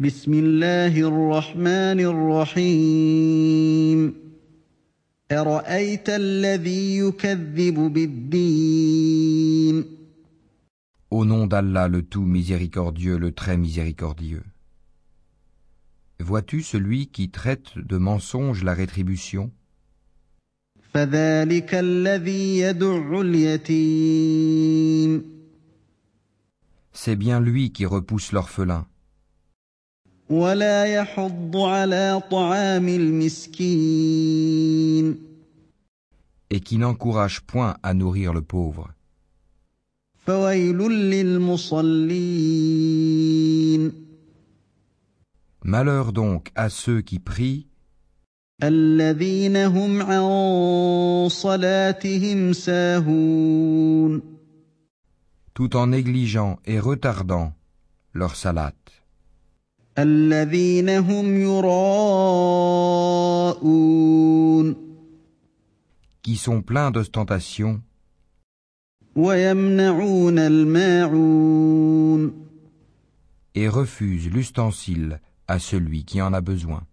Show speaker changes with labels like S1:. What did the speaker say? S1: بسم الله الرحمن الرحيم أرأيت الذي يكذب بالدين
S2: Au nom d'Allah le tout miséricordieux, le très miséricordieux. Vois-tu celui qui traite de mensonge la rétribution
S1: فذلك الذي يدع اليتيم
S2: C'est bien lui qui repousse l'orphelin
S1: ولا يحض على طعام المسكين
S2: et qui n'encourage point à nourrir le pauvre.
S1: فويل للمصلين
S2: Malheur donc à ceux qui prient
S1: الذين هم عن صلاتهم ساهون
S2: tout en négligeant et retardant leur salate,
S1: الذين هم يراءون
S2: qui sont pleins d'ostentation
S1: ويمنعون الماعون
S2: et refusent l'ustensile à celui qui en a besoin.